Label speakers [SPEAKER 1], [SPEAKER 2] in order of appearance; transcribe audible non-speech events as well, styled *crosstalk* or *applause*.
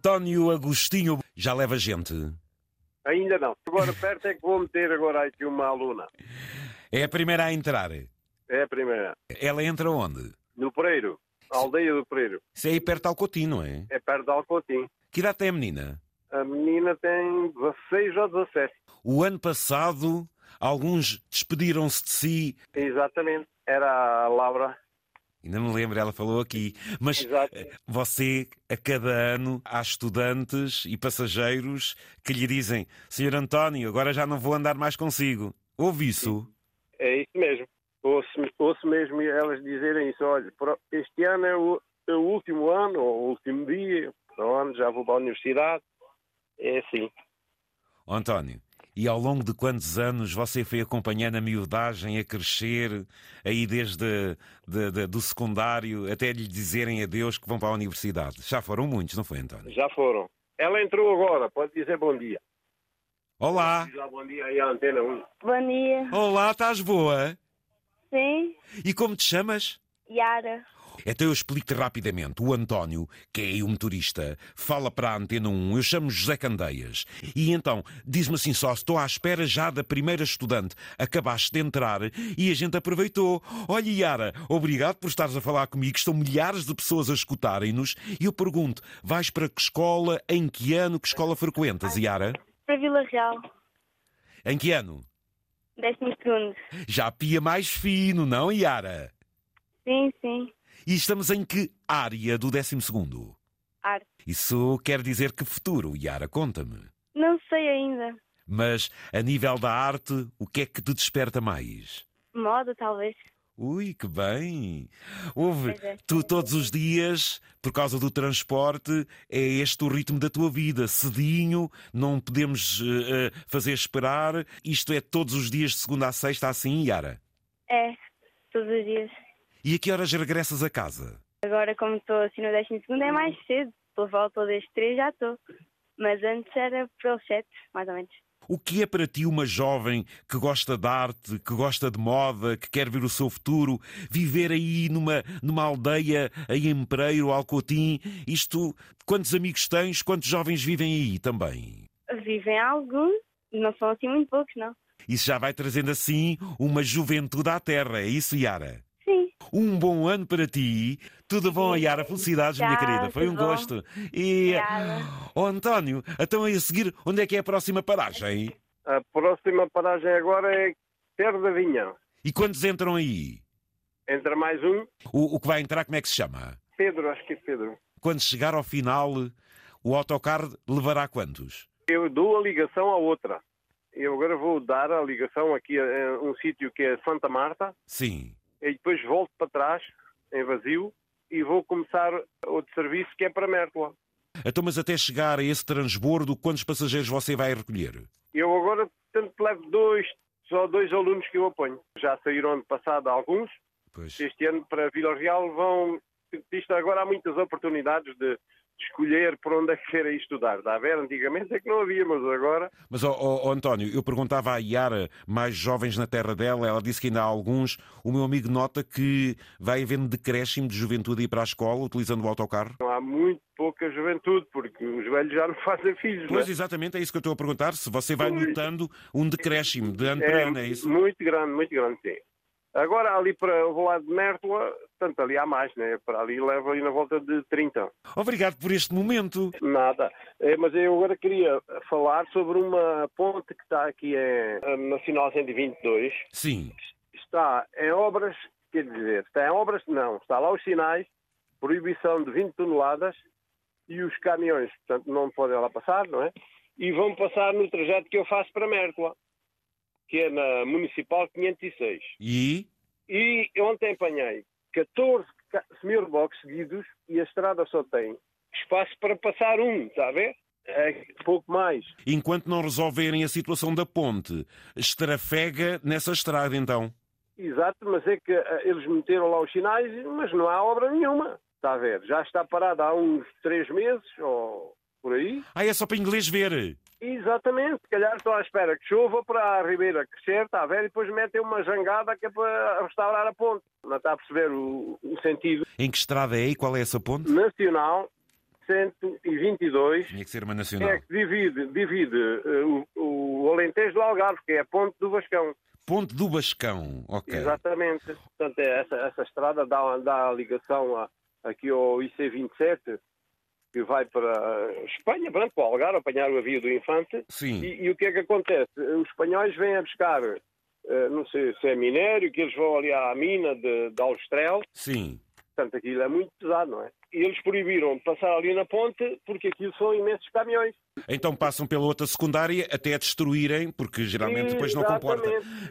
[SPEAKER 1] António Agostinho. Já leva gente?
[SPEAKER 2] Ainda não. Agora perto é que vou meter agora aqui uma aluna.
[SPEAKER 1] É a primeira a entrar.
[SPEAKER 2] É a primeira.
[SPEAKER 1] Ela entra onde?
[SPEAKER 2] No Pereiro. A aldeia do Pereiro.
[SPEAKER 1] Isso é aí perto de Alcotim, não é?
[SPEAKER 2] É perto de Alcotim.
[SPEAKER 1] Que idade tem a menina?
[SPEAKER 2] A menina tem 16 ou 17.
[SPEAKER 1] O ano passado, alguns despediram-se de si.
[SPEAKER 2] Exatamente. Era a Laura.
[SPEAKER 1] Ainda me lembro, ela falou aqui. Mas
[SPEAKER 2] Exato.
[SPEAKER 1] você, a cada ano, há estudantes e passageiros que lhe dizem: Senhor António, agora já não vou andar mais consigo. Ouve isso?
[SPEAKER 2] É isso mesmo. Ouço, ouço mesmo elas dizerem isso. Olha, pro- este ano é o, é o último ano, ou o último dia. Para ano já vou para a universidade. É assim.
[SPEAKER 1] Ó, António, e ao longo de quantos anos você foi acompanhando a miudagem a crescer, aí desde de, de- do secundário até lhe dizerem adeus que vão para a universidade? Já foram muitos, não foi, António?
[SPEAKER 2] Já foram. Ela entrou agora. Pode dizer bom dia.
[SPEAKER 1] Olá!
[SPEAKER 2] Diz lá bom dia aí à antena 1.
[SPEAKER 3] Bom dia.
[SPEAKER 1] Olá, estás boa?
[SPEAKER 3] Sim,
[SPEAKER 1] E como te chamas?
[SPEAKER 3] Yara.
[SPEAKER 1] Então eu explico-te rapidamente. O António, que é aí o motorista, fala para a Antena 1. Eu chamo José Candeias. E então, diz-me assim só, estou à espera já da primeira estudante. Acabaste de entrar e a gente aproveitou. Olha, Yara, obrigado por estares a falar comigo. Estão milhares de pessoas a escutarem-nos. E eu pergunto, vais para que escola, em que ano, que escola frequentas, Yara?
[SPEAKER 3] Para Vila Real,
[SPEAKER 1] Em que ano?
[SPEAKER 3] 12 segundo.
[SPEAKER 1] Já pia mais fino, não, Yara?
[SPEAKER 3] Sim, sim.
[SPEAKER 1] E estamos em que área do 12 segundo?
[SPEAKER 3] Arte.
[SPEAKER 1] Isso quer dizer que futuro, Yara, conta-me.
[SPEAKER 3] Não sei ainda.
[SPEAKER 1] Mas, a nível da arte, o que é que te desperta mais?
[SPEAKER 3] Moda, talvez.
[SPEAKER 1] Ui, que bem! Ouve,
[SPEAKER 3] Pois é.
[SPEAKER 1] tu todos os dias, por causa do transporte, é este o ritmo da tua vida. Cedinho, não podemos eh, eh, fazer esperar. Isto é todos os dias, de segunda a sexta, assim, Yara.
[SPEAKER 3] É, todos os dias.
[SPEAKER 1] E a que horas regressas a casa?
[SPEAKER 3] Agora, como estou assim no 12 segundo, é mais cedo. Pela volta das 3 já estou. Mas antes era pelos 7, mais ou menos.
[SPEAKER 1] O que é para ti uma jovem que gosta de arte, que gosta de moda, que quer ver o seu futuro, viver aí numa, numa aldeia, aí em Pereiro, Alcotim? Isto, quantos amigos tens, quantos jovens vivem aí também?
[SPEAKER 3] Vivem alguns, não são assim muito poucos, não.
[SPEAKER 1] Isso já vai trazendo assim uma juventude à terra, é isso, Yara?
[SPEAKER 3] Sim,
[SPEAKER 1] Um bom ano para ti. Tudo bom, Yara? Felicidades, minha
[SPEAKER 3] Tchau,
[SPEAKER 1] querida. Foi um
[SPEAKER 3] tudo bom.
[SPEAKER 1] gosto. E.
[SPEAKER 3] Obrigada.
[SPEAKER 1] Oh, António, então aí a seguir, onde é que é a próxima paragem?
[SPEAKER 2] A próxima paragem agora é Terra da Vinha.
[SPEAKER 1] E quantos entram aí?
[SPEAKER 2] Entra mais um.
[SPEAKER 1] O, o que vai entrar, como é que se chama?
[SPEAKER 2] Pedro, acho que é Pedro.
[SPEAKER 1] Quando chegar ao final, o autocarro levará quantos?
[SPEAKER 2] Eu dou a ligação à outra. Eu agora vou dar a ligação aqui a, a um sítio que é Santa Marta.
[SPEAKER 1] Sim.
[SPEAKER 2] E depois volto para trás, em vazio, e vou começar outro serviço que é para Mértola.
[SPEAKER 1] Então, mas até chegar a esse transbordo, quantos passageiros você vai recolher?
[SPEAKER 2] Eu agora, portanto, levo dois, só dois alunos que eu apanho. Já saíram ano passado alguns.
[SPEAKER 1] Pois.
[SPEAKER 2] Este ano para Vila Real vão... Isto agora há muitas oportunidades de de escolher por onde é que querem estudar. Está a ver? Antigamente é que não havia, mas agora
[SPEAKER 1] Mas, ó, ó, ó, António, eu perguntava à Yara, mais jovens na terra dela, ela disse que ainda há alguns. O meu amigo nota que vai havendo decréscimo de juventude a ir para a escola utilizando o autocarro.
[SPEAKER 2] Não há muito pouca juventude, porque os velhos já não *laughs* fazem filhos, não é?
[SPEAKER 1] Pois, exatamente, é isso que eu estou a perguntar. Se você vai notando um decréscimo de ano para ano, é isso?
[SPEAKER 2] Muito grande, muito grande, sim. Agora, ali para o lado de Mértola, tanto ali há mais, né? Para ali leva ali na volta de 30.
[SPEAKER 1] Obrigado por este momento.
[SPEAKER 2] Nada. É, mas eu agora queria falar sobre uma ponte que está aqui em, eh, Nacional 122.
[SPEAKER 1] Sim.
[SPEAKER 2] Está em obras, quer dizer, está em obras, não. Está lá os sinais, proibição de 20 toneladas e os caminhões, portanto, não podem lá passar, não é? E vão passar no trajeto que eu faço para Mértola, que é na Municipal 506.
[SPEAKER 1] E?
[SPEAKER 2] E ontem apanhei 14 ca- semi-reboques seguidos e a estrada só tem espaço para passar um, está a ver? É pouco mais.
[SPEAKER 1] Enquanto não resolverem a situação da ponte, estrafega nessa estrada, então.
[SPEAKER 2] Exato, mas é que eh, eles meteram lá os sinais, mas não há obra nenhuma. Está a ver? Já está parada há uns três meses ou por aí.
[SPEAKER 1] Ah, é só para inglês ver.
[SPEAKER 2] Exatamente, se calhar estou à espera que chova para a Ribeira crescer, está a ver? E depois metem uma jangada que é para restaurar a ponte. Não está a perceber o, o sentido
[SPEAKER 1] Em que estrada é e qual é essa ponte?
[SPEAKER 2] nacional 122,
[SPEAKER 1] Tinha que ser uma
[SPEAKER 2] que
[SPEAKER 1] nacional.
[SPEAKER 2] é que divide, divide eh, o, o Alentejo do Algarve, que é a ponte do Vascão.
[SPEAKER 1] Ponte do Bascão. Ok.
[SPEAKER 2] Exatamente. Portanto, é essa, essa estrada dá, dá a ligação a- aqui ao IC27, que vai para Espanha, pronto, para o Algarve, apanhar o avião do Infante.
[SPEAKER 1] Sim.
[SPEAKER 2] E, e o que é que acontece? Os espanhóis vêm a buscar, eh, não sei se é minério, que eles vão ali à mina de, de Austrel,
[SPEAKER 1] Sim.
[SPEAKER 2] portanto aquilo é muito pesado, não é? E eles proibiram de passar ali na ponte porque aquilo são imensos caminhões.
[SPEAKER 1] Então passam pela outra secundária até a destruírem, porque geralmente depois não comporta.
[SPEAKER 2] Exatamente.